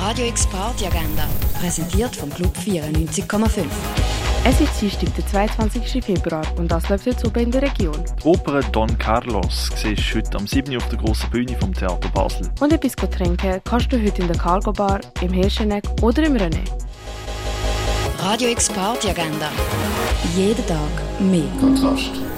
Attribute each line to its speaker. Speaker 1: Radio X Party Agenda, präsentiert vom Club 94,5.
Speaker 2: Es ist Dienstag, der 22. Februar und das läuft jetzt oben in der Region.
Speaker 3: Die Oper Don Carlos siehst du heute am 7. Uhr auf der grossen Bühne vom Theater Basel.
Speaker 2: Und etwas zu trinken kannst du heute in der Cargo Bar, im Hirscheneck oder im René.
Speaker 1: Radio X Party Agenda. Jeden Tag mehr.
Speaker 4: Kontrast.